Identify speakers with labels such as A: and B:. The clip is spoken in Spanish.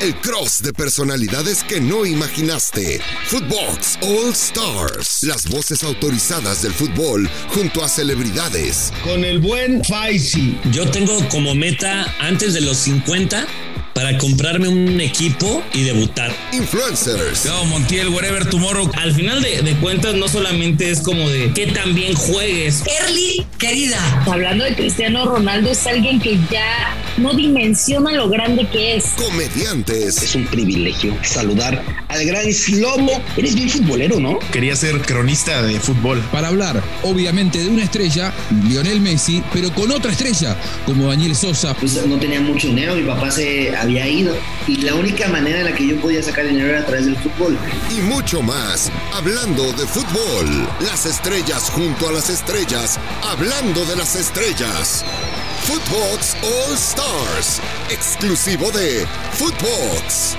A: El cross de personalidades que no imaginaste. Footbox All Stars. Las voces autorizadas del fútbol junto a celebridades.
B: Con el buen Faisy.
C: Yo tengo como meta antes de los 50 para comprarme un equipo y debutar.
A: Influencers.
D: No, Montiel, whatever, tomorrow.
E: Al final de, de cuentas, no solamente es como de que también juegues.
F: Early, querida.
G: Hablando de Cristiano Ronaldo, es alguien que ya no dimensiona lo grande que es.
A: Comediantes.
H: Es un privilegio saludar al gran Slomo. Eres bien futbolero, ¿no?
I: Quería ser cronista de fútbol.
J: Para hablar, obviamente, de una estrella, Lionel Messi, pero con otra estrella, como Daniel Sosa.
K: Pues no tenía mucho dinero, mi papá se había ido. Y la única manera en la que yo podía sacar dinero era a través del fútbol.
A: Y mucho más, hablando de fútbol. Las estrellas junto a las estrellas, hablando de las estrellas. Footbox All Stars, exclusivo de Footbox.